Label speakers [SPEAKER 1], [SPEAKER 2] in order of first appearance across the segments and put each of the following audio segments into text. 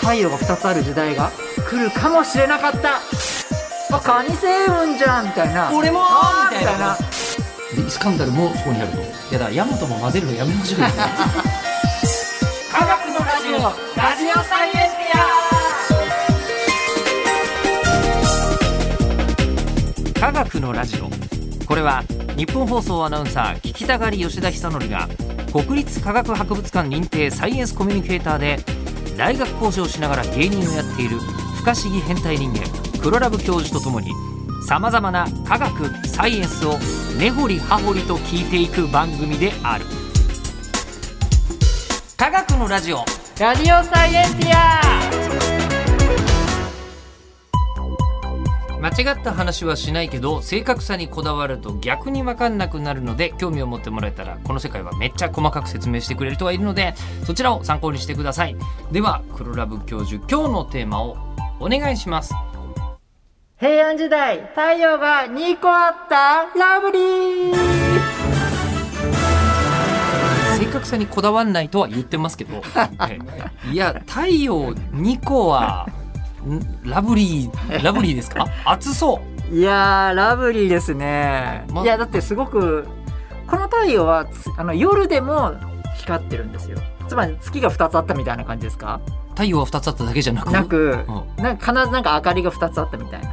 [SPEAKER 1] 太陽が2つある時代が来るかもしれなかったあカニ星雲じゃんみたいな
[SPEAKER 2] 俺も
[SPEAKER 1] あー
[SPEAKER 2] み
[SPEAKER 1] み
[SPEAKER 2] たいな
[SPEAKER 1] たいな
[SPEAKER 3] でイスカンダルもそこにあると
[SPEAKER 2] いやだヤマトも混ぜるのやめましょうよ
[SPEAKER 1] 科学のラジオラジオサイエンテ
[SPEAKER 2] 「 科学のラジオ」これは日本放送アナウンサー聞きたがり吉田久典が国立科学博物館認定サイエンスコミュニケーターで大学講師をしながら芸人をやっている不可思議変態人間黒ラブ教授とともにさまざまな科学サイエンスを根掘り葉掘りと聞いていく番組である「科学のラジオ」
[SPEAKER 1] ィアラジオサイエンティア
[SPEAKER 2] 間違った話はしないけど正確さにこだわると逆に分かんなくなるので興味を持ってもらえたらこの世界はめっちゃ細かく説明してくれる人がいるのでそちらを参考にしてくださいでは黒ラブ教授今日のテーマをお願いします
[SPEAKER 1] 平安時代太陽が2個あったラブリー
[SPEAKER 2] 正確さにこだわんないとは言ってます けどえいや太陽2個はんラブリーラブリーですか熱そ
[SPEAKER 1] いやーラブリーですね、
[SPEAKER 2] ま
[SPEAKER 1] いやだってすごくこの太陽はつあの夜でも光ってるんですよつまり月が2つあったみたいな感じですか
[SPEAKER 2] う太陽は2つあっただけじゃなく
[SPEAKER 1] なく
[SPEAKER 2] う
[SPEAKER 1] なんか必ずなんか明かりが2つあったみたいな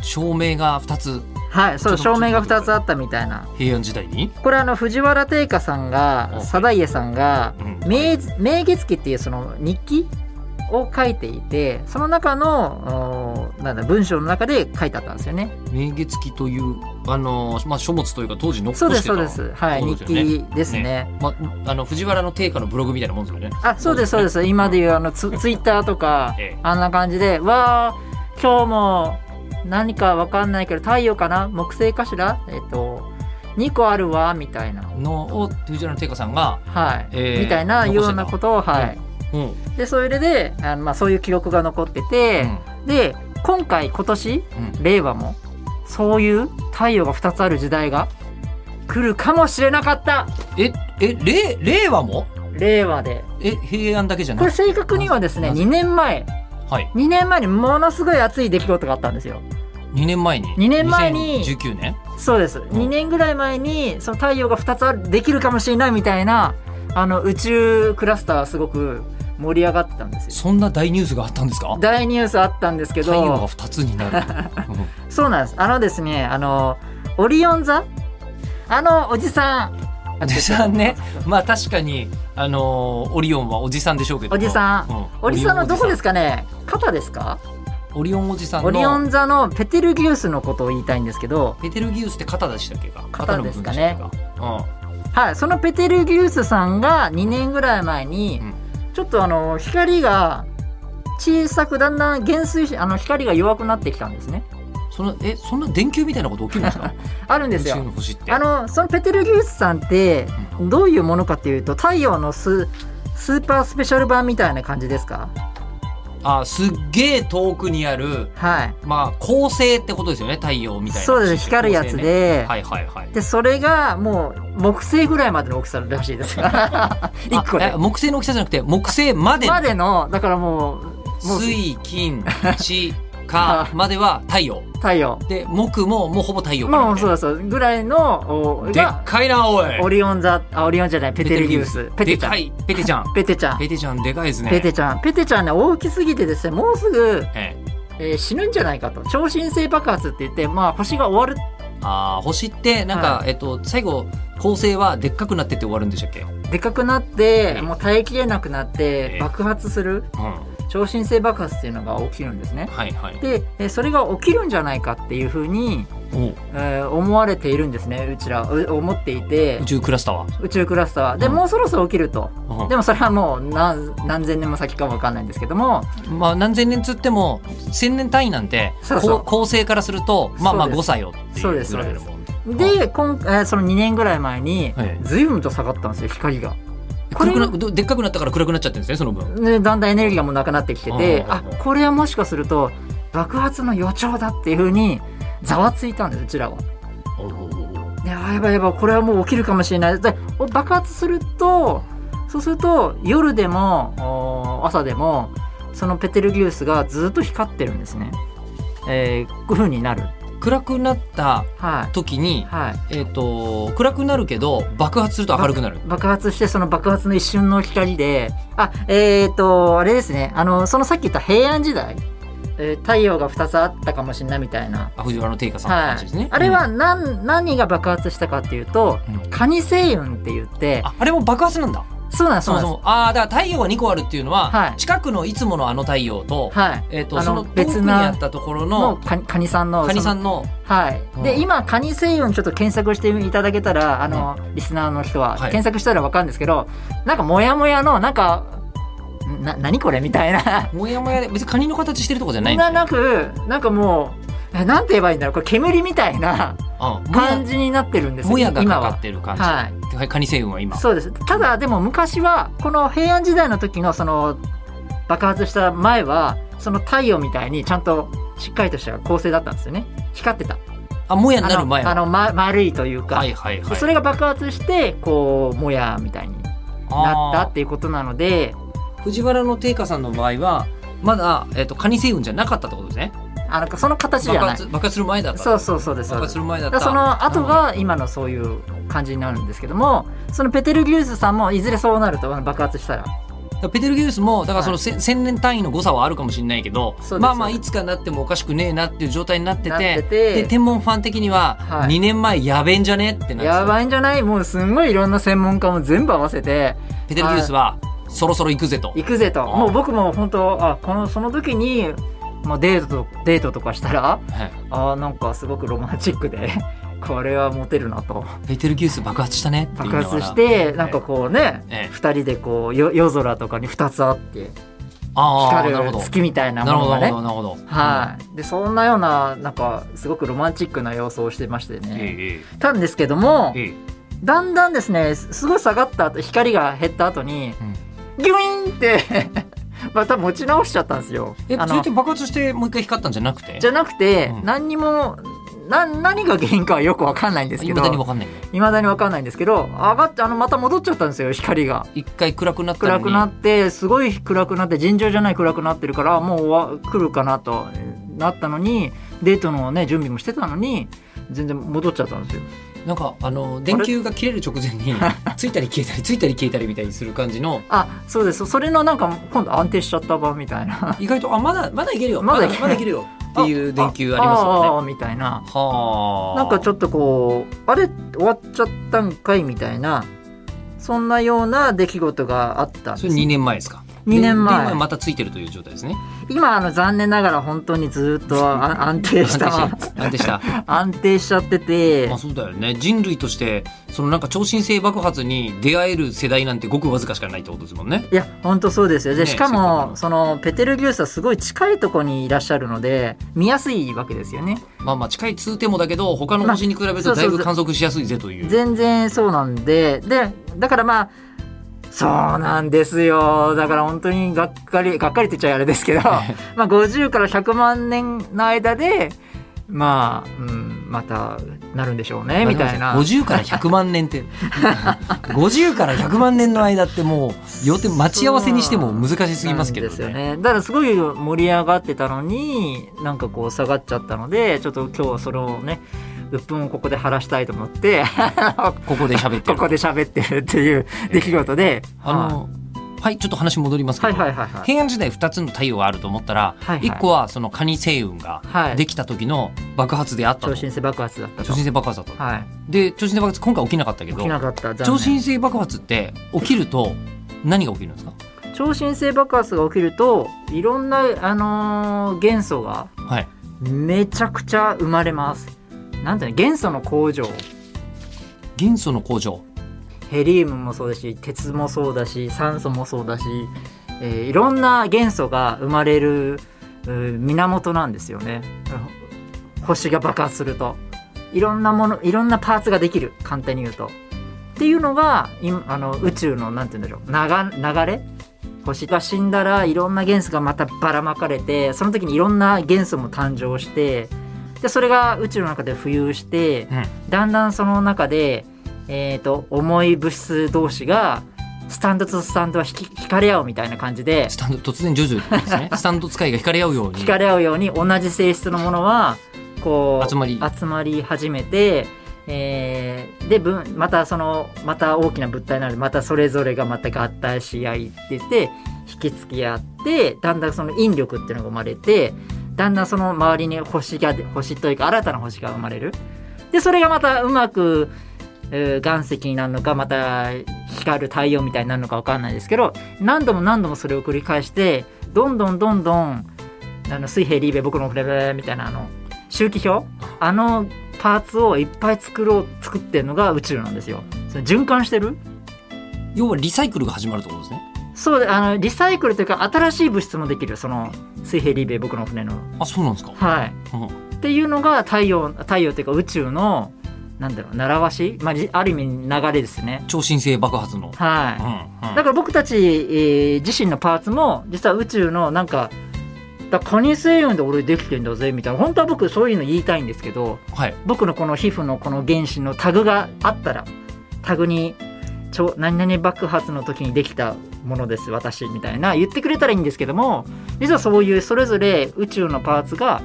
[SPEAKER 2] 照明が2つ
[SPEAKER 1] はいそう
[SPEAKER 2] ちょっと
[SPEAKER 1] 照明が2つあったみたいな
[SPEAKER 2] 平安時代に、
[SPEAKER 1] これあの藤原定家さん
[SPEAKER 2] お
[SPEAKER 1] が定家さんが
[SPEAKER 2] うん
[SPEAKER 1] 明明月記っていうその日記を書いていてその中のおーなんだ文章の中で書いてあったんですよね
[SPEAKER 2] 明月記というあのまあ書物というか当時残して
[SPEAKER 1] そ
[SPEAKER 2] た
[SPEAKER 1] うですそうですはい
[SPEAKER 2] そう
[SPEAKER 1] 日
[SPEAKER 2] ですよね
[SPEAKER 1] 記ですね
[SPEAKER 2] まあの藤原の定家のブログみたいなもんですよね。
[SPEAKER 1] あそうですそうです今でいうあの ツツイッターとか
[SPEAKER 2] ええ
[SPEAKER 1] あんな感じでわあ今日も何かわかんないけど太陽かな木星かしらえっと2個あるわみたいな
[SPEAKER 2] のを藤原の定家さんが、
[SPEAKER 1] はい、
[SPEAKER 2] ええ
[SPEAKER 1] みたいなようなことを
[SPEAKER 2] して
[SPEAKER 1] は
[SPEAKER 2] た
[SPEAKER 1] い、
[SPEAKER 2] うん
[SPEAKER 1] でそれであの、まあ、そういう記録が残ってて、で今回今年
[SPEAKER 2] うん
[SPEAKER 1] 令和もそういう太陽が2つある時代が来るかもしれなかった
[SPEAKER 2] ええ令令和も
[SPEAKER 1] 令和で
[SPEAKER 2] え平安だけじゃ
[SPEAKER 1] こ
[SPEAKER 2] な
[SPEAKER 1] れ
[SPEAKER 2] い
[SPEAKER 1] 正確にはですね
[SPEAKER 2] なぜ
[SPEAKER 1] 2年前
[SPEAKER 2] はい
[SPEAKER 1] 2年前にものすごい熱い出来事があったんですよ
[SPEAKER 2] 2年前に
[SPEAKER 1] 二年前に
[SPEAKER 2] 2019年
[SPEAKER 1] そうです、2年ぐらい前にその太陽が2つあるできるかもしれないみたいなあの宇宙クラスターがすごく盛り上がってたんですよ
[SPEAKER 2] そんな大ニュースがあったんですか
[SPEAKER 1] 大ニュースあったんですけ
[SPEAKER 2] 太陽が
[SPEAKER 1] ど
[SPEAKER 2] 2つに なる、うん
[SPEAKER 1] そうなんですあのですねあのオリオン座あのおじさん
[SPEAKER 2] おじさんねまあ確かにあのーオリオンはおじさんでしょうけど
[SPEAKER 1] おじさん
[SPEAKER 2] うん
[SPEAKER 1] おじさんのどこです
[SPEAKER 2] か
[SPEAKER 1] かね肩ですか
[SPEAKER 2] オリオンおじさんの
[SPEAKER 1] オリオン座のペテルギウスのことを言いたいんですけど
[SPEAKER 2] ペテルギウスって肩でしたっけか
[SPEAKER 1] 肩ですかね
[SPEAKER 2] 肩の部分でしたっけか
[SPEAKER 1] はいそのペテルギウスさんが2年ぐらい前に、
[SPEAKER 2] うん
[SPEAKER 1] ちょっとあの光が小さくだんだん減衰しあの光が弱くなってきたんですね
[SPEAKER 2] うんそのえそんな電球みたいなこと起きる んですか
[SPEAKER 1] あるんです
[SPEAKER 2] 宇宙の
[SPEAKER 1] よ
[SPEAKER 2] 星って
[SPEAKER 1] あのそのペテルギウスさんってどういうものかっていうと太陽のススーパースペシャル版みたいな感じですか
[SPEAKER 2] あすっげえ遠くにある
[SPEAKER 1] はい
[SPEAKER 2] まあ恒星ってことですよね太陽みたいな
[SPEAKER 1] そうです光るやつ
[SPEAKER 2] 恒星ね
[SPEAKER 1] で、
[SPEAKER 2] はいはいはい
[SPEAKER 1] でそれがもう木星ぐらいまでの大きさらしいです一 個
[SPEAKER 2] あ
[SPEAKER 1] で
[SPEAKER 2] え木星の大きさじゃなくて木星まで
[SPEAKER 1] までのだからもうもう
[SPEAKER 2] 水金 地火までは太陽
[SPEAKER 1] 太陽
[SPEAKER 2] で木ももうほぼ太陽かな
[SPEAKER 1] もうそうだそうだぐらいのお
[SPEAKER 2] で
[SPEAKER 1] が
[SPEAKER 2] っかいなおい
[SPEAKER 1] オリオン座あオリオンじゃないペテルギウスペ
[SPEAKER 2] で
[SPEAKER 1] テちゃ
[SPEAKER 2] か
[SPEAKER 1] ん
[SPEAKER 2] いペテちゃん
[SPEAKER 1] ペテちゃん
[SPEAKER 2] ペテちゃんでかいですね
[SPEAKER 1] ペテちゃんペテちゃんね大きすぎてですねもうすぐ
[SPEAKER 2] ええ
[SPEAKER 1] えー死ぬんじゃないかと超新星爆発って言ってまあ星が終わ
[SPEAKER 2] あー星ってなんか、えっと最後恒星はでっかくなってって終わるんでしたっけ、うん、
[SPEAKER 1] るでかくなって
[SPEAKER 2] え
[SPEAKER 1] もう耐えきれなくなっ
[SPEAKER 2] え
[SPEAKER 1] て爆発する
[SPEAKER 2] は
[SPEAKER 1] 超新星爆発っていうのが起きるんですね
[SPEAKER 2] いはい
[SPEAKER 1] でえーそれが起きるんじゃないかっていうふうに、
[SPEAKER 2] お
[SPEAKER 1] えー思われているんですねうちらう思っていて
[SPEAKER 2] 宇宙クラスターは、
[SPEAKER 1] 宇宙クラスターはで
[SPEAKER 2] うん
[SPEAKER 1] もうそろそろ起きると
[SPEAKER 2] うん
[SPEAKER 1] でもそれはもう何何千年も先かわかんないんですけども
[SPEAKER 2] まあ、何千年つっても千年単位なんて
[SPEAKER 1] そうそう
[SPEAKER 2] こう構成からするとまあま
[SPEAKER 1] そ
[SPEAKER 2] あ
[SPEAKER 1] うです
[SPEAKER 2] 誤差よっていう
[SPEAKER 1] そう
[SPEAKER 2] ぐ
[SPEAKER 1] です
[SPEAKER 2] らいのもん
[SPEAKER 1] で今えーその2年ぐらい前に
[SPEAKER 2] はい
[SPEAKER 1] ズームと下がったんですよ光が。こ
[SPEAKER 2] 暗
[SPEAKER 1] れ
[SPEAKER 2] くなどでっかくなったから暗くなっちゃってるんですねその分
[SPEAKER 1] ね、だんだんエネルギーがもうなくなってきてて
[SPEAKER 2] うん
[SPEAKER 1] あこれはもしかすると爆発の予兆だっていうふうにざわついたんですうちらは。であやばいやばいこれはもう起きるかもしれないでお爆発するとそうすると夜でもお朝でもそのペテルギウスがずっと光ってるんですね。えー、こういう風になる。
[SPEAKER 2] 暗くなった
[SPEAKER 1] はい。
[SPEAKER 2] 時に、
[SPEAKER 1] はい。
[SPEAKER 2] えっと暗くなるけど爆発すると明るくなる
[SPEAKER 1] 爆発してその爆発の一瞬の光であえっ、とあれですねあのそのさっき言った平安時代、えー太陽が2つあったかもしれないみたいな、
[SPEAKER 2] あ藤原定家さんの
[SPEAKER 1] は
[SPEAKER 2] 話ですね、
[SPEAKER 1] い、あれは何,、何が爆発したかっていうと
[SPEAKER 2] うん、うん
[SPEAKER 1] カニ星雲って言って
[SPEAKER 2] ああれも爆発なんだ
[SPEAKER 1] そうなんですそ
[SPEAKER 2] そ
[SPEAKER 1] うなん
[SPEAKER 2] もそ
[SPEAKER 1] で
[SPEAKER 2] もああだから太陽が2個あるっていうのは、
[SPEAKER 1] はい
[SPEAKER 2] 近くのいつものあの太陽と,、
[SPEAKER 1] すはい
[SPEAKER 2] えっと
[SPEAKER 1] あの
[SPEAKER 2] その遠く
[SPEAKER 1] 別
[SPEAKER 2] に
[SPEAKER 1] な
[SPEAKER 2] あったところ
[SPEAKER 1] の
[SPEAKER 2] の
[SPEAKER 1] カニカニさんの
[SPEAKER 2] カニさ
[SPEAKER 1] その
[SPEAKER 2] んの
[SPEAKER 1] はい
[SPEAKER 2] うん
[SPEAKER 1] で今カニ星雲ちょっと検索していただけたらあの、リスナーの人は、
[SPEAKER 2] はい
[SPEAKER 1] 検索したらわかるんですけどなんかモヤモヤのなんかんな何これみたいな
[SPEAKER 2] もやもやで別にカニの形してるとこじゃないんだ
[SPEAKER 1] ななくなんかもうえなんて言えばいいんだろうこれ煙みたいな
[SPEAKER 2] うんもや
[SPEAKER 1] 感じになってるんですよ
[SPEAKER 2] もやが
[SPEAKER 1] 今
[SPEAKER 2] かか
[SPEAKER 1] は
[SPEAKER 2] ってる感じ
[SPEAKER 1] は
[SPEAKER 2] はいカニ星雲は今
[SPEAKER 1] いそうですただでも昔はこの平安時代の時のその爆発した前はその太陽みたいにちゃんとしっかりとした構成だったんですよね光ってた
[SPEAKER 2] あもやに
[SPEAKER 1] あ
[SPEAKER 2] なる前
[SPEAKER 1] のあ
[SPEAKER 2] は
[SPEAKER 1] の、ま、丸いというか、
[SPEAKER 2] はいはいはい
[SPEAKER 1] それが爆発してこうもやみたいになった
[SPEAKER 2] あ
[SPEAKER 1] っていうことなので
[SPEAKER 2] ー藤原の定家さんの場合はまだ、えっとカニ星雲じゃなかったってことですね
[SPEAKER 1] あのその形じ
[SPEAKER 2] 爆
[SPEAKER 1] ゃない
[SPEAKER 2] 発爆発する前だった
[SPEAKER 1] そうそうそうですそうで
[SPEAKER 2] 爆発
[SPEAKER 1] す
[SPEAKER 2] する前だっ
[SPEAKER 1] だ
[SPEAKER 2] た
[SPEAKER 1] からその後が今のそういう感じになるんですけどもそのペテルギウスさんもいずれそうなるとあの爆発したら
[SPEAKER 2] だからペテルギウスもだからそのせ、千年単位の誤差はあるかもしれないけど
[SPEAKER 1] そうです
[SPEAKER 2] まあまあ
[SPEAKER 1] そう
[SPEAKER 2] いつかなってもおかしくねえなっていう状態になってて
[SPEAKER 1] なってて
[SPEAKER 2] で天文ファン的には、
[SPEAKER 1] はい
[SPEAKER 2] 2年前やべえんじゃねってなって
[SPEAKER 1] や
[SPEAKER 2] た
[SPEAKER 1] ばいんじゃないもうすんごいいろんな専門家も全部合わせて
[SPEAKER 2] ペテルギウスは、そろそろ行くぜと
[SPEAKER 1] 行くぜと
[SPEAKER 2] あ
[SPEAKER 1] もう僕も本当あこのその時に、まあ、デートとデートとかしたら
[SPEAKER 2] はい
[SPEAKER 1] あーなんかすごくロマンチックで これはモテるなと
[SPEAKER 2] ペテルギウス爆発したねって言い
[SPEAKER 1] 爆
[SPEAKER 2] ながら
[SPEAKER 1] 発してなんかこうね
[SPEAKER 2] ええ
[SPEAKER 1] 二人でこうよ夜空とかに2つあって
[SPEAKER 2] ああ
[SPEAKER 1] 光
[SPEAKER 2] なる
[SPEAKER 1] る
[SPEAKER 2] ほど
[SPEAKER 1] 月みたいな
[SPEAKER 2] なる
[SPEAKER 1] も
[SPEAKER 2] ほ
[SPEAKER 1] の
[SPEAKER 2] どな
[SPEAKER 1] が
[SPEAKER 2] る
[SPEAKER 1] ね
[SPEAKER 2] ほどなるほど
[SPEAKER 1] はい、でそんなようななんかすごくロマンチックな様相をしてまして
[SPEAKER 2] え
[SPEAKER 1] ね、
[SPEAKER 2] え
[SPEAKER 1] たんですけども
[SPEAKER 2] えええ
[SPEAKER 1] だんだんですねすすごい下がった後光が減った後に、ギュイーンって また持ち直しちゃったんですよ。
[SPEAKER 2] え
[SPEAKER 1] あ
[SPEAKER 2] それっ
[SPEAKER 1] の
[SPEAKER 2] て爆発してもう一回光ったんじゃなくて
[SPEAKER 1] じゃなくて、
[SPEAKER 2] うん
[SPEAKER 1] 何にもな何が原因かはよくわかんないんですけ
[SPEAKER 2] 未
[SPEAKER 1] ど
[SPEAKER 2] だにわかんないね
[SPEAKER 1] いまだにわかんないんですけど上がってあのまた戻っちゃったんですよ光が。
[SPEAKER 2] 一回暗くなったの
[SPEAKER 1] 暗
[SPEAKER 2] に
[SPEAKER 1] くなってすごい暗くなって尋常じゃない暗くなってるからもうわ来るかなとえーなったのにデートのね準備もしてたのに全然戻っちゃったんですよ
[SPEAKER 2] なんかあの電球が切れる直前についたり消えたりついたり消えたりみたいにする感じの
[SPEAKER 1] あそうですそれのなんか今度安定しちゃった版みたいな
[SPEAKER 2] 意外とあまだまだいけるよ
[SPEAKER 1] ま
[SPEAKER 2] ま
[SPEAKER 1] だ
[SPEAKER 2] だ
[SPEAKER 1] いける
[SPEAKER 2] まだいけるよっていう電球あります
[SPEAKER 1] あ
[SPEAKER 2] よね。
[SPEAKER 1] あみたいな
[SPEAKER 2] はあ。
[SPEAKER 1] なんかちょっとこうあれ終わっちゃったんかいみたいなそんなような出来事があったんです
[SPEAKER 2] それ2年前ですか。
[SPEAKER 1] 二年前
[SPEAKER 2] でまたついてるという状態ですね。
[SPEAKER 1] 今あの残念ながら本当にずっと あ安定したまま
[SPEAKER 2] 安定した。
[SPEAKER 1] 安定しちゃってて
[SPEAKER 2] まあそうだよね。人類としてそのなんか超新星爆発に出会える世代なんてごくわずかしかないってことですもんね。
[SPEAKER 1] いや本当そうですよで、
[SPEAKER 2] ね
[SPEAKER 1] しか
[SPEAKER 2] せっかくな
[SPEAKER 1] も
[SPEAKER 2] の
[SPEAKER 1] そのペテルギウスはすごい近いとこにいらっしゃるので見やすいわけですよね
[SPEAKER 2] まあまあ近い通てもだけど他の星に比べる
[SPEAKER 1] まあそ
[SPEAKER 2] と
[SPEAKER 1] うそう
[SPEAKER 2] だい
[SPEAKER 1] そう
[SPEAKER 2] ぶ観測しやすいぜという。
[SPEAKER 1] 全然そうなんででだからまあそうなんですよだから本当にがっかりがっかりって言っちゃあれですけど まあ50から100万年の間でまあ、うん、またなるんでしょうねみたいな
[SPEAKER 2] 50から100万年って。50から100万年の間ってもう予定待ち合わせにしても難しすぎますけど
[SPEAKER 1] なんですよ
[SPEAKER 2] ね。
[SPEAKER 1] ねだからすごい盛り上がってたのになんかこう下がっちゃったのでちょっと今日それをね鬱憤をここで晴らしたいと思って
[SPEAKER 2] ここで喋って
[SPEAKER 1] こ
[SPEAKER 2] る。
[SPEAKER 1] こで喋ってるっていう出来事で、
[SPEAKER 2] あの、はい、ちょっと話戻りますけ
[SPEAKER 1] はい
[SPEAKER 2] ど、
[SPEAKER 1] はいはいはい
[SPEAKER 2] 平安時代2つの太陽があると思ったら、
[SPEAKER 1] はいはい
[SPEAKER 2] 1個はそのカニ星雲が
[SPEAKER 1] はい
[SPEAKER 2] できた時の爆発であったと、
[SPEAKER 1] 超新星爆発だった
[SPEAKER 2] 超
[SPEAKER 1] と
[SPEAKER 2] 新星爆発だったと、
[SPEAKER 1] はい
[SPEAKER 2] で超新星爆発今回起きなかったけ
[SPEAKER 1] 起
[SPEAKER 2] ど
[SPEAKER 1] きなかった残念
[SPEAKER 2] 超新星爆発って起きると何が起きるんですか
[SPEAKER 1] 超新星爆発が起きるといろんな、あのー元素が
[SPEAKER 2] はい
[SPEAKER 1] めちゃくちゃ生まれますなんていうの元素の工場
[SPEAKER 2] 元素の工場
[SPEAKER 1] ヘリウムもそうだし鉄もそうだし酸素もそうだし、えーいろんな元素が生まれるうー源なんですよねうん星が爆発するといろんなものいろんなパーツができる簡単に言うとっていうのがいあの宇宙のなんて言うんだろう流流れ星が死んだらいろんな元素がまたばらまかれてその時にいろんな元素も誕生してでそれが宇宙の中で浮遊して、
[SPEAKER 2] うん
[SPEAKER 1] だんだんその中で、えー、と重い物質同士がスタンドとスタンドは引き引かれ合うみたいな感じで
[SPEAKER 2] スタンド突然ジョジョ ですねスタンド使いが惹かれ合うように
[SPEAKER 1] 引かれ合うように同じ性質のものはこう
[SPEAKER 2] 集まり
[SPEAKER 1] 集まり始めて、えーで分またそのまた大きな物体になるまたそれぞれがまた合体し合いって言って引き付き合ってだんだんその引力っていうのが生まれてだんだんその周りに星が星というか新たな星が生まれる。でそれがまたうまくえー岩石になるのかまた光る太陽みたいになるのかわかんないですけど何度も何度もそれを繰り返してどんどんどんどんあの水平リーベ僕のフレベみたいなあの周期表あのパーツをいっぱい作ろう作ってるのが宇宙なんですよ。その循環してる
[SPEAKER 2] 要はリサイクルが始まるってことですね
[SPEAKER 1] そうであのリサイクルというか新しい物質もできるその水平リーベ僕の船の。
[SPEAKER 2] あそうなんですか、
[SPEAKER 1] はい、
[SPEAKER 2] うん
[SPEAKER 1] っていうのが太陽太陽というか宇宙のなんだろう習わし、まあじ、ある意味流れですね。
[SPEAKER 2] 超新星爆発の、
[SPEAKER 1] はい、
[SPEAKER 2] うんうん
[SPEAKER 1] だから僕たち、えー自身のパーツも実は宇宙のなんかだから可燃性イオンで俺できてんだぜみたいな本当は僕そういうの言いたいんですけど
[SPEAKER 2] はい
[SPEAKER 1] 僕のこの皮膚のこの原子のタグがあったらタグにちょ何々爆発の時にできたものです私みたいな言ってくれたらいいんですけども実はそういうそれぞれ宇宙のパーツが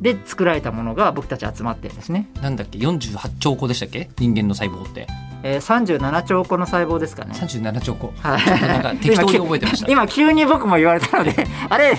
[SPEAKER 1] で作られたものが僕たち集まってるんですね、
[SPEAKER 2] なんだっけ48兆個でしたっけ人間の細胞って
[SPEAKER 1] えー37兆個の細胞ですかね
[SPEAKER 2] 37兆個
[SPEAKER 1] はい
[SPEAKER 2] なんか適当に覚えてました
[SPEAKER 1] 今急に僕も言われたので あれ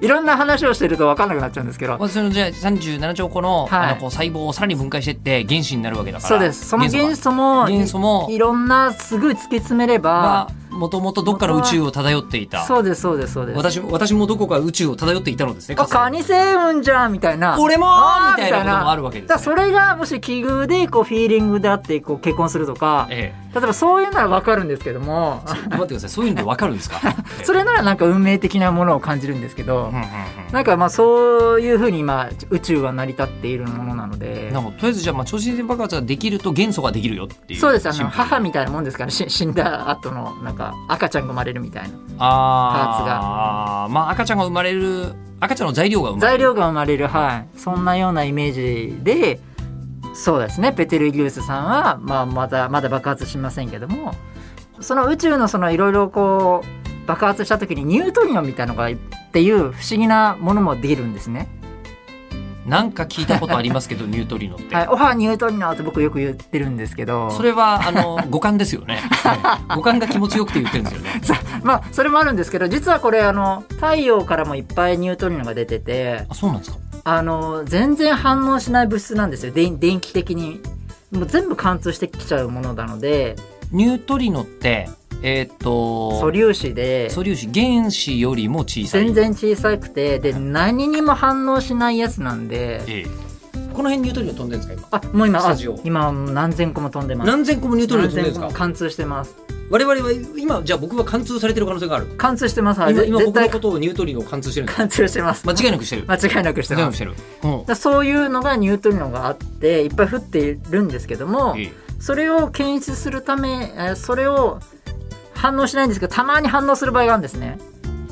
[SPEAKER 1] いろんな話をしてると分かんなくなっちゃうんですけど
[SPEAKER 2] 私のじゃあ37兆個の,、
[SPEAKER 1] はい
[SPEAKER 2] あのこう細胞をさらに分解していって原子になるわけだから
[SPEAKER 1] そうですその元
[SPEAKER 2] 元素
[SPEAKER 1] 素も
[SPEAKER 2] が元素も
[SPEAKER 1] いろんなすごい突き詰めれば
[SPEAKER 2] はもともとどっから宇宙を漂っていた
[SPEAKER 1] そうですそうですそうです
[SPEAKER 2] 私私もどこか宇宙を漂っていたのですね
[SPEAKER 1] あカニ星雲じゃんみたいな
[SPEAKER 2] 俺も
[SPEAKER 1] あー
[SPEAKER 2] みたいなこともあるわけで
[SPEAKER 1] だから
[SPEAKER 2] す、ね
[SPEAKER 1] それがもし奇遇でこうフィーリングであってこう結婚するとか例
[SPEAKER 2] え
[SPEAKER 1] えばそういうなら分かるんですけども
[SPEAKER 2] え、待ってくださいそういうのでわかるん ですかええ
[SPEAKER 1] それならなんか運命的なものを感じるんですけど
[SPEAKER 2] うんうんうん
[SPEAKER 1] なんかまあそういうふうに今宇宙は成り立っているものなので
[SPEAKER 2] なんかとりあえずじゃあまあ超新星爆発ができると元素ができるよっていう
[SPEAKER 1] そうですあ
[SPEAKER 2] シン
[SPEAKER 1] の
[SPEAKER 2] プル
[SPEAKER 1] 母みたいなもんですからし死んだ後のなんか赤ちゃんが生まれるみたいな
[SPEAKER 2] あーまあ赤ちゃんが生まれる赤ちゃんの材料が生まれ
[SPEAKER 1] 材
[SPEAKER 2] る
[SPEAKER 1] 料が生まれるはいそんなようなイメージでそうですねペテルギウスさんは、まあ、まだまだ爆発しませんけどもその宇宙のそのいろいろこう爆発した時にニュートリノみたいのがっていう不思議なものも出るんですね。
[SPEAKER 2] なんか聞いたことありますけどニュートリノって、
[SPEAKER 1] はい、オハニュートリノって僕よく言ってるんですけど
[SPEAKER 2] それはあの五感ですよ ねはい五感が気持ちよくて言ってるんですよね
[SPEAKER 1] まあそれもあるんですけど実はこれあの太陽からもいっぱいニュートリノが出てて
[SPEAKER 2] あそうなんですか
[SPEAKER 1] あの全然反応しない物質なんですよ電電気的にもう全部貫通してきちゃうものなので
[SPEAKER 2] ニュートリノってえーっと
[SPEAKER 1] 素粒子で
[SPEAKER 2] 素粒子原子よりも小さい
[SPEAKER 1] 全然小さくてで何にも反応しないやつなんで
[SPEAKER 2] ええこの辺ニュートリノ飛んでるんですか
[SPEAKER 1] あもう今
[SPEAKER 2] ス
[SPEAKER 1] あ
[SPEAKER 2] タジオ
[SPEAKER 1] 今何千個も飛んで
[SPEAKER 2] 今
[SPEAKER 1] ます
[SPEAKER 2] 何千個もニュートリノ飛んでるん
[SPEAKER 1] 何千
[SPEAKER 2] です
[SPEAKER 1] 個も
[SPEAKER 2] か
[SPEAKER 1] 貫通してます
[SPEAKER 2] 我々は今じゃあ僕は貫通されてる可能性がある
[SPEAKER 1] 貫通してますはい
[SPEAKER 2] 今
[SPEAKER 1] ぜ
[SPEAKER 2] 今
[SPEAKER 1] 絶
[SPEAKER 2] 僕の
[SPEAKER 1] 対
[SPEAKER 2] ことをニュートリノを貫通してるんです か
[SPEAKER 1] 貫通してます
[SPEAKER 2] 間違いなくしてる
[SPEAKER 1] 間違いなくして
[SPEAKER 2] 間違いな
[SPEAKER 1] ま
[SPEAKER 2] く
[SPEAKER 1] す
[SPEAKER 2] してるうん
[SPEAKER 1] だそういうのがニュートリノがあっていっぱい降っているんですけども、
[SPEAKER 2] ええ
[SPEAKER 1] それを検出するためえーそれを反応しないんですけどたまに反応する場合があるんですね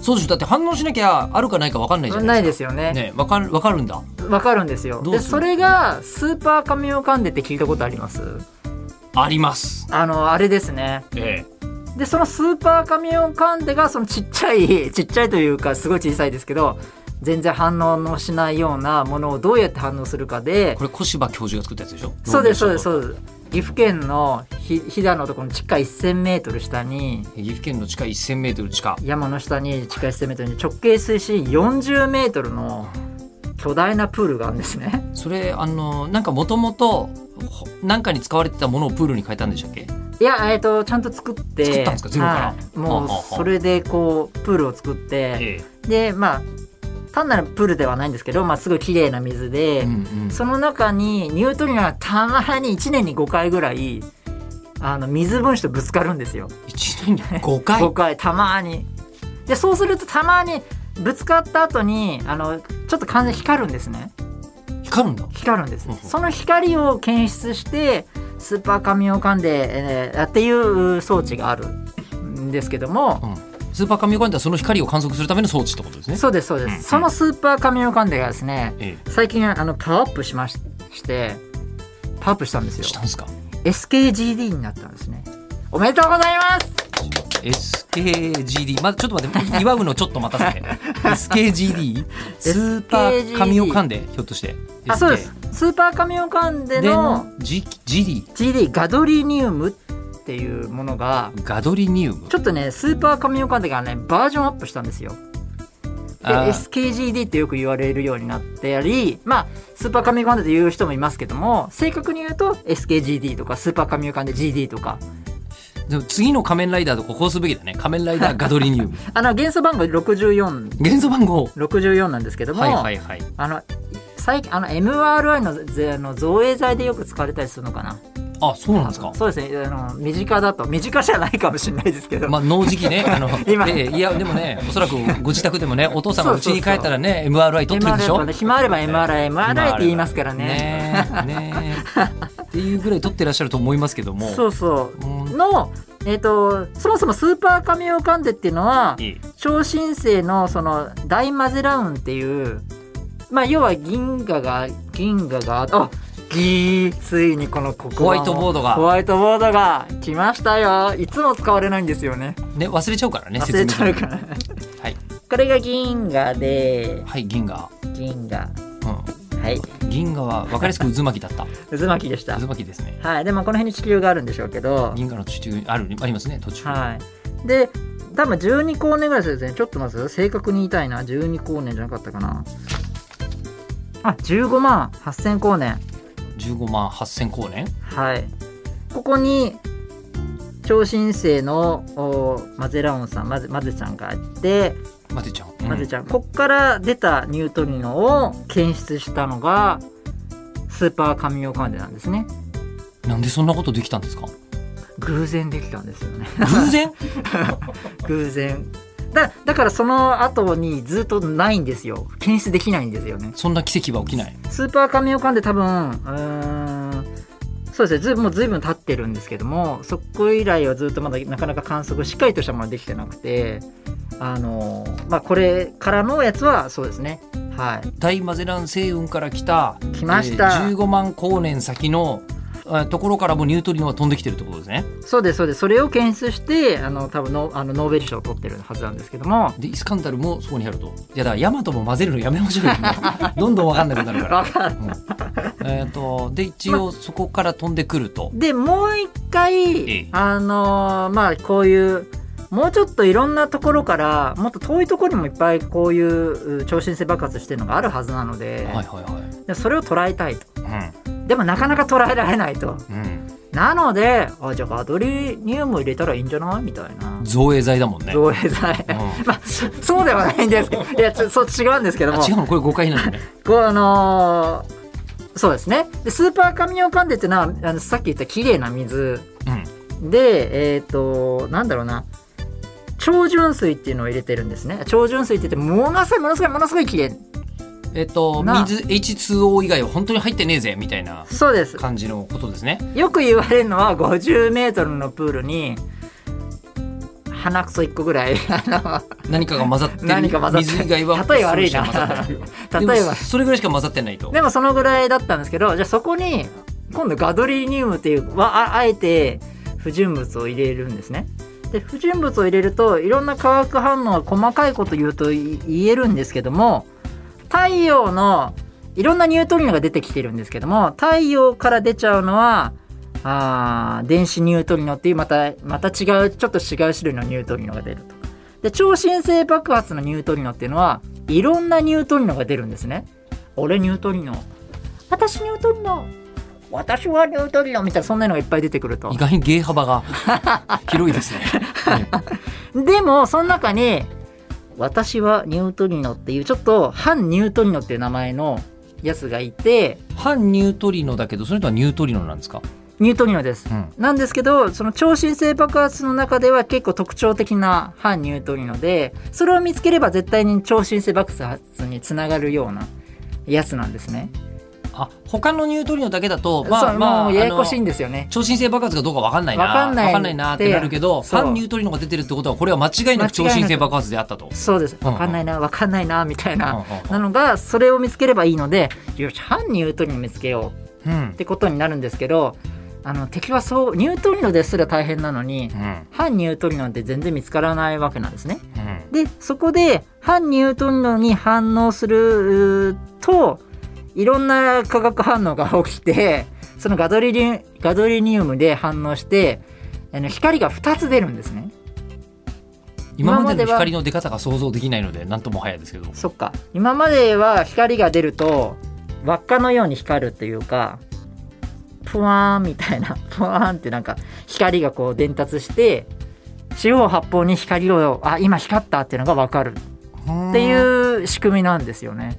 [SPEAKER 2] そうですだって反応しなきゃあるかないか分かんないじゃな
[SPEAKER 1] ないい
[SPEAKER 2] で
[SPEAKER 1] ですすよ
[SPEAKER 2] か
[SPEAKER 1] ね
[SPEAKER 2] ね分かる分かるんだ
[SPEAKER 1] わかるんですよ
[SPEAKER 2] どう
[SPEAKER 1] です
[SPEAKER 2] る
[SPEAKER 1] それがスーパーカミオカンデって聞いたことあります
[SPEAKER 2] あります
[SPEAKER 1] あのあれですね
[SPEAKER 2] ええ
[SPEAKER 1] でそのスーパーカミオカンデがそのちっちゃい ちっちゃいというかすごい小さいですけど全然反応のしないようなものをどうやって反応するかで
[SPEAKER 2] これ小柴教授が作ったやつでしょ
[SPEAKER 1] そうですそうです
[SPEAKER 2] う
[SPEAKER 1] そうです岐阜県のひ飛騨のところの地下 1,000m 下に
[SPEAKER 2] 岐阜県の地下1 0 0 0ル地下
[SPEAKER 1] 山の下に地下 1,000m に直径水深 40m の巨大なプールがあるんですね。
[SPEAKER 2] それあのなんかもともとなんかに使われてたものをプールに変えたんでしたっけ
[SPEAKER 1] いや、えっとちゃんと作って
[SPEAKER 2] 作ったんですかゼロから
[SPEAKER 1] はい
[SPEAKER 2] はあ
[SPEAKER 1] も
[SPEAKER 2] はあは
[SPEAKER 1] う
[SPEAKER 2] あ
[SPEAKER 1] それでこうプールを作って、
[SPEAKER 2] え
[SPEAKER 1] でまあ単なるプールではないんですけど、まあ、すごい綺麗な水で、
[SPEAKER 2] うんうん
[SPEAKER 1] その中にニュートリノがたまに1年に5回ぐらいあの水分子とぶつかるんですよ、
[SPEAKER 2] 1年に5回
[SPEAKER 1] 5回たまにでそうするとたまにぶつかった後にあのちょっと完全に光るんですね
[SPEAKER 2] 光るんだ
[SPEAKER 1] 光るんです
[SPEAKER 2] ほうほう
[SPEAKER 1] その光を検出してスーパーカミオカンデ、えーっていう装置があるんですけども、
[SPEAKER 2] スーパーカミオカンデはその光を観測するための装置ってことですね。
[SPEAKER 1] そうですそうです、そのスーパーカミオカンデがですね
[SPEAKER 2] え
[SPEAKER 1] 最近あのパワーアップしまししてパワーアップしたんです
[SPEAKER 2] え、
[SPEAKER 1] よ
[SPEAKER 2] したんですか。
[SPEAKER 1] SKGD になったんですねおめでとうございます
[SPEAKER 2] SKGD まずちょっと待って祝うのちょっと待たせて SKGD スーパー神を噛んでひょっとして
[SPEAKER 1] あそうですスーパーカミオカンデ
[SPEAKER 2] で
[SPEAKER 1] の
[SPEAKER 2] の G- GD
[SPEAKER 1] GD ガドリニウムっていうものが
[SPEAKER 2] ガドリニウム
[SPEAKER 1] ちょっとねスーパーカミオカンデがねバージョンアップしたんですよで
[SPEAKER 2] あー
[SPEAKER 1] SKGD ってよく言われるようになってやりまあスーパーカミオカンデという人もいますけども正確に言うと SKGD とかスーパーカミオカンデ GD とか
[SPEAKER 2] でも次の仮面ライダーとここうすべきだね仮面ライダーガドリニウム
[SPEAKER 1] あの元素番号6464
[SPEAKER 2] 元素番号
[SPEAKER 1] なんですけども、
[SPEAKER 2] はいはいはい
[SPEAKER 1] あの最近あの MRI のぜあの造影剤でよく使われたりするのかな
[SPEAKER 2] あそうなんですか
[SPEAKER 1] そうですねあの身近だと身近じゃないかもしれないです けど、
[SPEAKER 2] まあ、脳時期ね、あの、
[SPEAKER 1] 今
[SPEAKER 2] ええいや、でもね、おそらくご自宅でもね、お父さんが
[SPEAKER 1] そう
[SPEAKER 2] 家
[SPEAKER 1] そうそう
[SPEAKER 2] に帰ったらね、MRI 取ってるんでし
[SPEAKER 1] MRI
[SPEAKER 2] ょ
[SPEAKER 1] とね暇あれば MRI、MRI って言いますからね。
[SPEAKER 2] ねえねえっていうぐらい取ってらっしゃると思いますけども。
[SPEAKER 1] そうそ
[SPEAKER 2] うん
[SPEAKER 1] う。の、えっ、と、そもそもスーパーカミオカンデっていうのは、超新星のその大マゼラウンっていう、まあ、要は銀河が、銀河が、あギーついにこの黒板を
[SPEAKER 2] ホワイトボードが
[SPEAKER 1] ホワイトボードが来ましたよいつも使われないんですよね
[SPEAKER 2] ね、忘れちゃうからね、
[SPEAKER 1] 忘れちゃう
[SPEAKER 2] 説
[SPEAKER 1] から
[SPEAKER 2] 明はい。
[SPEAKER 1] これが銀河で
[SPEAKER 2] はい、銀河。
[SPEAKER 1] 銀河
[SPEAKER 2] う
[SPEAKER 1] はい
[SPEAKER 2] ん。銀河は分かりやすく渦巻き だった。
[SPEAKER 1] 渦巻きでした
[SPEAKER 2] 渦巻きですね。
[SPEAKER 1] はいでもこの辺に地球があるんでしょうけど
[SPEAKER 2] 銀河の途中、ある、ありますね、途中。
[SPEAKER 1] はい。で、多分12光年ぐらいするんですね。ちょっとまず正確に言いたいな。12光年じゃなかったかな。あ、15万8000光年。
[SPEAKER 2] 15万8000光年。
[SPEAKER 1] はい。ここに、超新星のおマゼラオンさん、マゼマゼちゃんがあって、
[SPEAKER 2] 混ぜちゃう。うん
[SPEAKER 1] マゼちゃん、こっから出たニュートリノを検出したのが、スーパーカミオカンデなんですね。
[SPEAKER 2] なんでそんなことできたんですか
[SPEAKER 1] 偶然できたんですよ ね。
[SPEAKER 2] 偶然
[SPEAKER 1] 偶然だだからその後にずっとないんですよ検出できないんですよね
[SPEAKER 2] そんな奇跡は起きない。
[SPEAKER 1] スーパーカミオカンで多分うーんそうですねずいもうずいぶん経ってるんですけどもそこ以来はずっとまだなかなか観測しっかりとしたものはできてなくてあのまあこれからのやつはそうですねはい
[SPEAKER 2] 大マゼラン星雲から来た
[SPEAKER 1] 来ました
[SPEAKER 2] えー15万光年先のあところからもニュートリノは飛んできてるってことですね
[SPEAKER 1] そうですそうですそれを検出してあの多分のあのノーベル賞を取ってるはずなんですけども
[SPEAKER 2] でイスカンダルもそこにあるといやだからヤマトも混ぜるのやめましょう よどんどん分かんなくなるから
[SPEAKER 1] わかる
[SPEAKER 2] えっとで一応そこから飛んでくると、
[SPEAKER 1] でもう一回、
[SPEAKER 2] ええ
[SPEAKER 1] あのーまあこういうもうちょっといろんなところからもっと遠いところにもいっぱいこういうう超新星爆発してるのがあるはずなので、
[SPEAKER 2] はいはい
[SPEAKER 1] でそれを捉えたいと
[SPEAKER 2] はい
[SPEAKER 1] でもなかなか捉えられないと
[SPEAKER 2] うんうん
[SPEAKER 1] なのであじゃあガドリニウム入れたらいいんじゃないみたいな
[SPEAKER 2] 造影剤だもんね、
[SPEAKER 1] 造影剤、
[SPEAKER 2] うん
[SPEAKER 1] まあそそうではないんですけどいやちょそう違うんですけども
[SPEAKER 2] あ違うのこれ誤解なのね
[SPEAKER 1] こうあのーそうですねでスーパーカミオカンデっていうのはあのさっき言った綺麗な水
[SPEAKER 2] うん
[SPEAKER 1] でえっ、となんだろうな超純水っていうのを入れてるんですね超純水って言ってものすごいものすごいものすごい綺麗
[SPEAKER 2] えっと
[SPEAKER 1] なあ
[SPEAKER 2] 水 H2O 以外は本当に入ってねえぜみたいな
[SPEAKER 1] そうです
[SPEAKER 2] 感じのことですね
[SPEAKER 1] よく言われるのは5 0ルのプールに鼻くそ1個ぐらい あ
[SPEAKER 2] 何かが混ざってる
[SPEAKER 1] 何か混ざってる
[SPEAKER 2] 水以外は
[SPEAKER 1] 例え悪いな
[SPEAKER 2] そうしか混ざってる
[SPEAKER 1] の 例
[SPEAKER 2] で
[SPEAKER 1] え
[SPEAKER 2] も
[SPEAKER 1] ば
[SPEAKER 2] それぐらいしか混ざってないと
[SPEAKER 1] でもそのぐらいだったんですけどじゃあそこに今度ガドリニウムっていうはああえて不純物を入れるんですね。で不純物を入れるといろんな化学反応が細かいこと言うとい言えるんですけども太陽のいろんなニュートリノが出てきてるんですけども太陽から出ちゃうのはあー電子ニュートリノっていうまたまた違うちょっと違う種類のニュートリノが出ると。で超新星爆発のニュートリノっていうのはいろんなニュートリノが出るんですね。俺ニュートリノ私ニュートリノ私はニュートリノみたいなそんなのがいっぱい出てくると
[SPEAKER 2] 意外に芸 幅が広いですね。
[SPEAKER 1] でもその中に私はニュートリノっていうちょっと反ニュートリノっていう名前のやつがいて
[SPEAKER 2] 反ニュートリノだけど、それとはニュートリノなんですか。
[SPEAKER 1] ニュートリノです、
[SPEAKER 2] うん
[SPEAKER 1] なんですけどその超新星爆発の中では結構特徴的な反ニュートリノでそれを見つければ絶対に超新星爆発につながるようなやつなんですね、
[SPEAKER 2] あ、他のニュートリノだけだと、まあ
[SPEAKER 1] そう
[SPEAKER 2] ま
[SPEAKER 1] も
[SPEAKER 2] あ、
[SPEAKER 1] うややこしい
[SPEAKER 2] あ
[SPEAKER 1] ん
[SPEAKER 2] の
[SPEAKER 1] ですよね
[SPEAKER 2] 超新星爆発かどうかわかんないな。
[SPEAKER 1] わかんない
[SPEAKER 2] わなってなるけど、
[SPEAKER 1] でそう
[SPEAKER 2] 反ニュートリノが出てるってことは、これは間違いなく超新星爆発であったと。
[SPEAKER 1] そうです
[SPEAKER 2] んうん
[SPEAKER 1] 分かんないな分かんないなみたいな、
[SPEAKER 2] う
[SPEAKER 1] なのがそれを見つければいいのでよし反ニュートリノ見つけようん
[SPEAKER 2] うんうん
[SPEAKER 1] ってことになるんですけどあの敵はそうニュートリノですら大変なのに
[SPEAKER 2] うん
[SPEAKER 1] 反ニュートリノって全然見つからないわけなんですね。
[SPEAKER 2] うん
[SPEAKER 1] でそこで反ニュートリノに反応するうーといろんな化学反応が起きてそのガドリリウガドリニウムで反応してあの光が2つ出るんですね。今
[SPEAKER 2] 今まで
[SPEAKER 1] まで
[SPEAKER 2] の
[SPEAKER 1] は
[SPEAKER 2] 光の出方が想像できないので何とも早いですけど
[SPEAKER 1] そっか今までは光が出ると輪っかのように光るというかプワーンみたいな プワーンってなんか光がこう伝達して四方八方に光をあ今光ったっていうのが分かる
[SPEAKER 2] っ
[SPEAKER 1] って
[SPEAKER 2] う
[SPEAKER 1] いう仕組みなんですよね。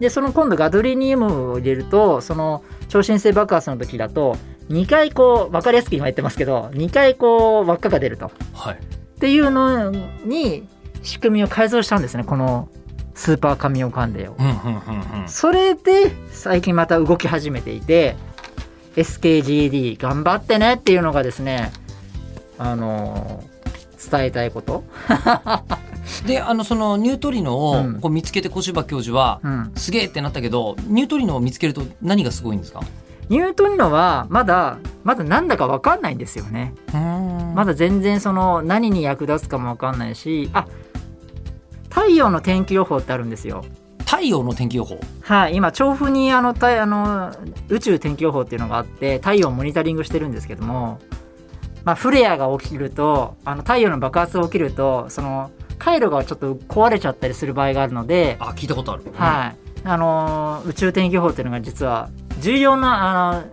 [SPEAKER 2] ん
[SPEAKER 1] でその今度ガドリニウムを入れるとその超新星爆発の時だと2回こう分かりやすく今言ってますけど2回こう輪っかが出ると。
[SPEAKER 2] はい
[SPEAKER 1] っていうのに仕組みを改造したんですねこのスーパー神オカンデを
[SPEAKER 2] う。んうんうんうん
[SPEAKER 1] それで最近また動き始めていて SKGD 頑張ってねっていうのがですねあのー伝えたいこと、
[SPEAKER 2] であのそのニュートリノ
[SPEAKER 1] う
[SPEAKER 2] を
[SPEAKER 1] ん
[SPEAKER 2] こう見つけて小柴教授は、
[SPEAKER 1] うん、
[SPEAKER 2] すげえってなったけどニュートリノを見つけると何がすごいんですか
[SPEAKER 1] ニュートリノはまだまだなんだか分かんないんですよねま
[SPEAKER 2] ま
[SPEAKER 1] だ全然その何に役立つかも分かんないしあ太陽の天気予報ってあるんですよ
[SPEAKER 2] 太陽の天気予報
[SPEAKER 1] はい、今調布にあのたあの宇宙天気予報っていうのがあって太陽をモニタリングしてるんですけども、まあ、フレアが起きるとあの太陽の爆発が起きるとその回路がちょっと壊れちゃったりする場合があるので、
[SPEAKER 2] あ聞いたことある、
[SPEAKER 1] はいあのー宇宙天気予報っていうのが実は重要なあの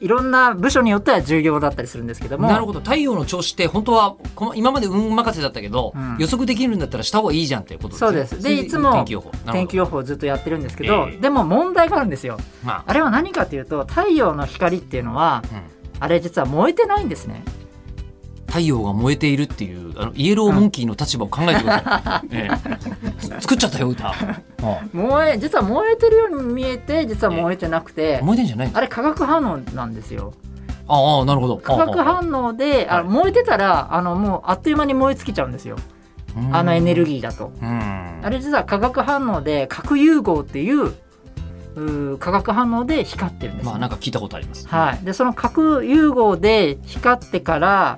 [SPEAKER 1] いろんな部署によっては重要だったりするんですけども
[SPEAKER 2] なるほど太陽の調子って本当はこの今まで運任せだったけど、
[SPEAKER 1] うん
[SPEAKER 2] 予測できるんだったらした方がいいじゃんっていうことですね
[SPEAKER 1] そうですで
[SPEAKER 2] れ
[SPEAKER 1] いつも
[SPEAKER 2] 天気予報なる
[SPEAKER 1] 天
[SPEAKER 2] ほ
[SPEAKER 1] 気
[SPEAKER 2] ど、
[SPEAKER 1] 予報をずっとやってるんですけど、
[SPEAKER 2] ええ
[SPEAKER 1] でも問題があるんですよ
[SPEAKER 2] まあ
[SPEAKER 1] あれは何かというと太陽の光っていうのは
[SPEAKER 2] うん
[SPEAKER 1] あれ実は燃えてないんですね
[SPEAKER 2] 太陽が燃えているっていうあのイエローモンキーの立場を考えてください、ええ作っちゃったよ歌、うん
[SPEAKER 1] 燃え 実は燃えてるように見えて実は燃えてなくて、
[SPEAKER 2] 燃えてんじゃないの
[SPEAKER 1] あれ化学反応なんですよ
[SPEAKER 2] ああなるほど
[SPEAKER 1] 化学
[SPEAKER 2] 応
[SPEAKER 1] 反応であ
[SPEAKER 2] はい
[SPEAKER 1] 燃えてたらあのもうあっという間に燃え尽きちゃうんですよあのエネルギーだと。
[SPEAKER 2] ーうん
[SPEAKER 1] あれ実は化学反応で核融合っていううー化学反応で光ってるんですね、
[SPEAKER 2] まあなんか聞いたことあります
[SPEAKER 1] はい、でその核融合で光ってから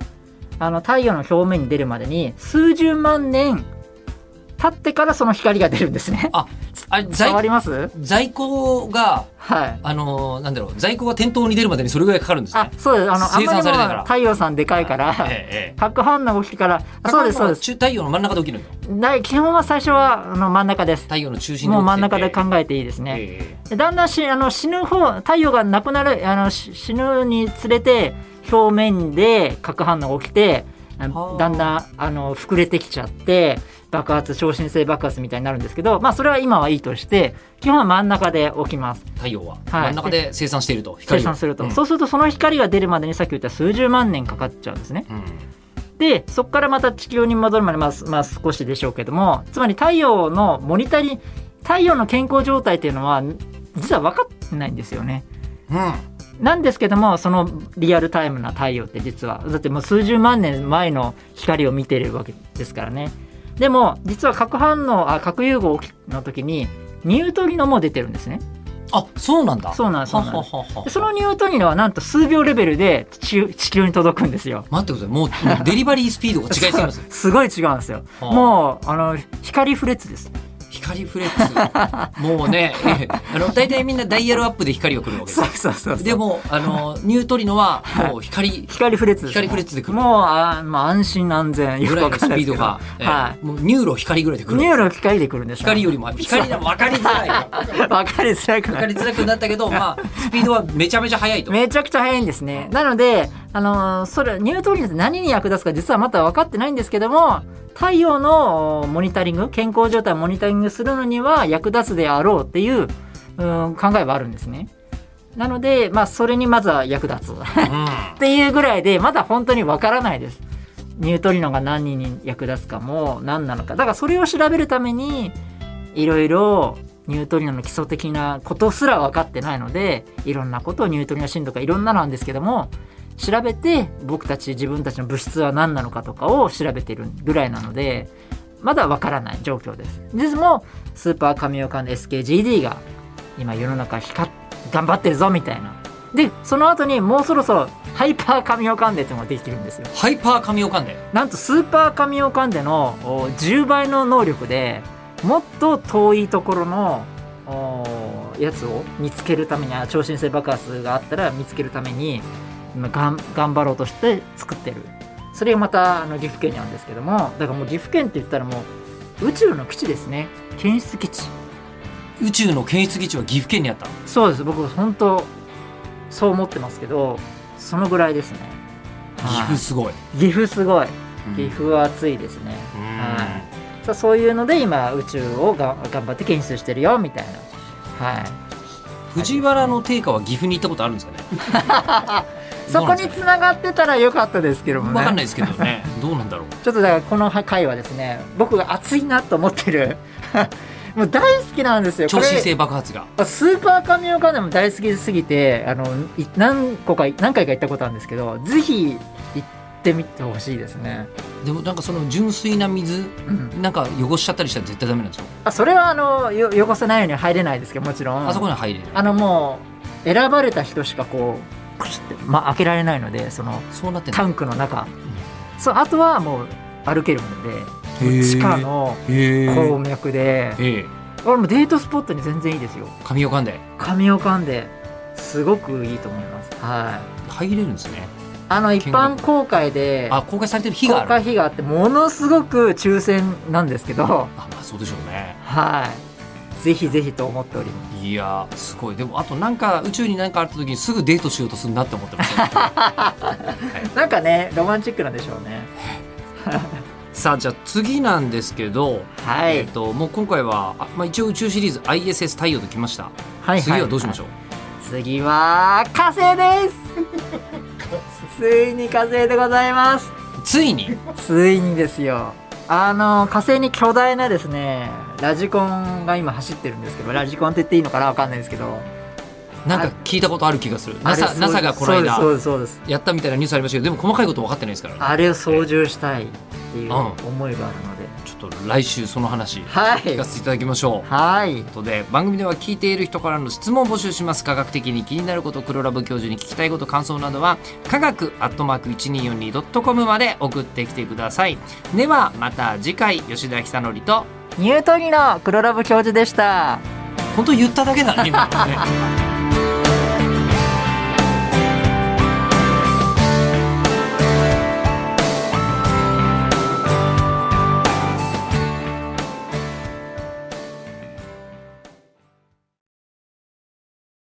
[SPEAKER 1] あの太陽の表面に出るまでに数十万年経ってからその光が出るんですね。
[SPEAKER 2] ああれ
[SPEAKER 1] 伝わ
[SPEAKER 2] 在
[SPEAKER 1] ります
[SPEAKER 2] 在庫が
[SPEAKER 1] はい
[SPEAKER 2] あのーなんだろう在庫が店頭に出るまでにそれぐらいかかるんです
[SPEAKER 1] あ
[SPEAKER 2] ね。
[SPEAKER 1] そうですあのあん
[SPEAKER 2] 生
[SPEAKER 1] ま
[SPEAKER 2] 産
[SPEAKER 1] り
[SPEAKER 2] されないか
[SPEAKER 1] もう
[SPEAKER 2] ら
[SPEAKER 1] 太陽さんでかいから
[SPEAKER 2] えええ
[SPEAKER 1] 核反応が起きてから
[SPEAKER 2] え
[SPEAKER 1] あそうですそうです
[SPEAKER 2] 中太陽の真ん中で起きるのよ。
[SPEAKER 1] ない基本は最初はあの真ん中です
[SPEAKER 2] 太陽の中心で起きてて
[SPEAKER 1] もう真ん中で考えていいですね、
[SPEAKER 2] ええ
[SPEAKER 1] でだんだんしあの死ぬ方太陽がなくなるあのし死ぬにつれて表面で核反応が起きてあ
[SPEAKER 2] はあ
[SPEAKER 1] だんだんあの膨れてきちゃって爆発超新星爆発みたいになるんですけどまあそれは今はいいとして基本は真ん中で起きます
[SPEAKER 2] 太陽は
[SPEAKER 1] は
[SPEAKER 2] 真
[SPEAKER 1] い
[SPEAKER 2] ん中で生産していると
[SPEAKER 1] 計
[SPEAKER 2] 光を
[SPEAKER 1] 算すると、
[SPEAKER 2] うん
[SPEAKER 1] そうするとその光が出るまでにさっき言った数十万年かかっちゃうんですね
[SPEAKER 2] うん
[SPEAKER 1] でそこからまた地球に戻るまでまあ、すまあ、少しでしょうけどもつまり太陽のモニタリン太陽の健康状態っていうのは実は分かってないんですよね。
[SPEAKER 2] うん
[SPEAKER 1] なんですけどもそのリアルタイムな太陽って実はだってもう数十万年前の光を見てるわけですからね。でも実は核反応あ核融合の時にニュートリノも出てるんですね。
[SPEAKER 2] あそうなんだ
[SPEAKER 1] そうなんですそうなん
[SPEAKER 2] は
[SPEAKER 1] です
[SPEAKER 2] ははは
[SPEAKER 1] でそのニュートリノはなんと数秒レベルで地球地球に届くんですよ。
[SPEAKER 2] 待ってくださいもう もうデリバリースピードが違いすぎます
[SPEAKER 1] すごい違うんですよ。
[SPEAKER 2] はあ
[SPEAKER 1] もうあの光フレッツです。
[SPEAKER 2] 光フレッツもうねええあの大体みんなダイヤルアップで光が来るわけです
[SPEAKER 1] そうそうそうそう
[SPEAKER 2] でもあのニュートリノはもう光
[SPEAKER 1] 光フレッツです
[SPEAKER 2] 光フレッツで来る
[SPEAKER 1] もうあ、まあ、安心安全よ
[SPEAKER 2] ぐ
[SPEAKER 1] く
[SPEAKER 2] らい
[SPEAKER 1] わ
[SPEAKER 2] の
[SPEAKER 1] か
[SPEAKER 2] ス
[SPEAKER 1] んない
[SPEAKER 2] ピ
[SPEAKER 1] です
[SPEAKER 2] ード
[SPEAKER 1] けど
[SPEAKER 2] が、ええ
[SPEAKER 1] は
[SPEAKER 2] もうニューロ光ぐらいで来
[SPEAKER 1] い
[SPEAKER 2] る
[SPEAKER 1] ニューロ光で来るんです
[SPEAKER 2] 光よ
[SPEAKER 1] り
[SPEAKER 2] りも光でも分かりづらいわ
[SPEAKER 1] 分かりづらくな
[SPEAKER 2] か
[SPEAKER 1] る
[SPEAKER 2] りづらくなった けど、まあ、スピードはめちゃめちゃ速いと。
[SPEAKER 1] めちゃくちゃ早いんですねなのであのーそれニュートリノって何に役立つか実はまだ分かってないんですけども太陽のおモニタリング健康状態をモニタリングするのには役立つであろうっていううん考えはあるんですねなのでまあそれにまずは役立つっ
[SPEAKER 2] うん
[SPEAKER 1] ていうぐらいでまだ本当に分からないですニュートリノが何に役立つかも何なのかだからそれを調べるためにいろいろニュートリノの基礎的なことすら分かってないのでいろんなことをニュートリノ進とかいろんなのなんですけども調べて僕たち自分たちの物質は何なのかとかを調べてるぐらいなのでまだ分からない状況です。ですもスーパーカミオカンの SKGD が今世の中光っ頑張ってるぞみたいなでその後にもうそろそろハイパー神オカンデっていうのができてるんですよ
[SPEAKER 2] ハイパー神オカンデ
[SPEAKER 1] なんとスーパー神オカンデのお10倍の能力でもっと遠いところのおやつを見つけるためにあ超新星爆発があったら見つけるために今がん頑張ろうとして作ってるそれがまたあの岐阜県にあるんですけどもだからもう岐阜県って言ったらもう宇宙の基地ですね検出基地
[SPEAKER 2] 宇宙の検出基地は岐阜県にあった
[SPEAKER 1] そうです僕本当そう思ってますけどそのぐらいですね
[SPEAKER 2] 岐
[SPEAKER 1] は
[SPEAKER 2] 阜すごい、
[SPEAKER 1] い岐阜すごい
[SPEAKER 2] うん
[SPEAKER 1] 岐阜は熱いですね、
[SPEAKER 2] うん
[SPEAKER 1] はさあそういうので今宇宙をが頑張って検出してるよみたいなはい
[SPEAKER 2] 藤原の定家は岐阜に行ったことあるんですかね
[SPEAKER 1] そこにつながってたらよかったですけども
[SPEAKER 2] 分
[SPEAKER 1] ね
[SPEAKER 2] かんないですけどねどうなんだろう
[SPEAKER 1] ちょっとだからこの回はですね僕が熱いなと思ってる もう大好きなんですよ
[SPEAKER 2] 超新
[SPEAKER 1] これ
[SPEAKER 2] 星爆発が
[SPEAKER 1] スーパー神岡でも大好きすぎてあのい何個か何回か行ったことあるんですけどぜひ行ってみてほしいですね、
[SPEAKER 2] でもなんかその純粋な水
[SPEAKER 1] うん、
[SPEAKER 2] なんか汚しちゃったりしたら絶対ダメなんでしょ
[SPEAKER 1] あそれはあのよ汚さないように入れないですけどもちろん
[SPEAKER 2] あそこには入れる
[SPEAKER 1] あのもう選ばれた人しかこうクシュって、ま、開けられないのでその
[SPEAKER 2] そうなってんだ
[SPEAKER 1] タンクの中、そうあとはもう歩けるので地下の
[SPEAKER 2] へえ
[SPEAKER 1] 鉱脈で
[SPEAKER 2] ええ
[SPEAKER 1] 俺もデートスポットに全然いいですよ
[SPEAKER 2] 神をかんで
[SPEAKER 1] 神を噛んですごくいいと思いますはい
[SPEAKER 2] 入れるんですね
[SPEAKER 1] あの一般公開で
[SPEAKER 2] あ公開されてる日
[SPEAKER 1] 公
[SPEAKER 2] があ
[SPEAKER 1] 開
[SPEAKER 2] る
[SPEAKER 1] 日があってものすごく抽選なんですけど
[SPEAKER 2] あまあそうでしょうね
[SPEAKER 1] はいぜひぜひと思っております
[SPEAKER 2] いやーすごいでもあとなんか宇宙に何かあった時にすぐデートしようとするなって思ってます
[SPEAKER 1] なんかねロマンチックなんでしょうね
[SPEAKER 2] さあじゃあ次なんですけど、
[SPEAKER 1] はい、
[SPEAKER 2] えっともう今回は、あまあ、一応宇宙シリーズ ISS 太陽ときました、
[SPEAKER 1] はいはい
[SPEAKER 2] 次はどうしましょう、
[SPEAKER 1] 次は火星です ついに火星でございます
[SPEAKER 2] ついに
[SPEAKER 1] ついにですよあの火星に巨大なですねラジコンが今走ってるんですけどラジコンって言っていいのかなわかんないですけど
[SPEAKER 2] なんか聞いたことある気がする
[SPEAKER 1] あれ
[SPEAKER 2] NASA,
[SPEAKER 1] そう
[SPEAKER 2] NASA がこの間
[SPEAKER 1] そうですそうですそうです
[SPEAKER 2] やったみたいなニュースありましたけどでも細かいこと分かってないですから、ね、
[SPEAKER 1] あれを操縦したいっていう
[SPEAKER 2] うん
[SPEAKER 1] 思いがあるので、
[SPEAKER 2] ちょっと来週その話
[SPEAKER 1] はい
[SPEAKER 2] 聞かせていただきましょう、
[SPEAKER 1] はい
[SPEAKER 2] ということで番組では聞いている人からの質問を募集します科学的に気になること黒ラブ教授に聞きたいこと感想などは科学アットマーク 1242.com まで送ってきてくださいではまた次回吉田久典と
[SPEAKER 1] ニュートニの黒ラブ教授でした
[SPEAKER 2] 本当言っただけだね今のね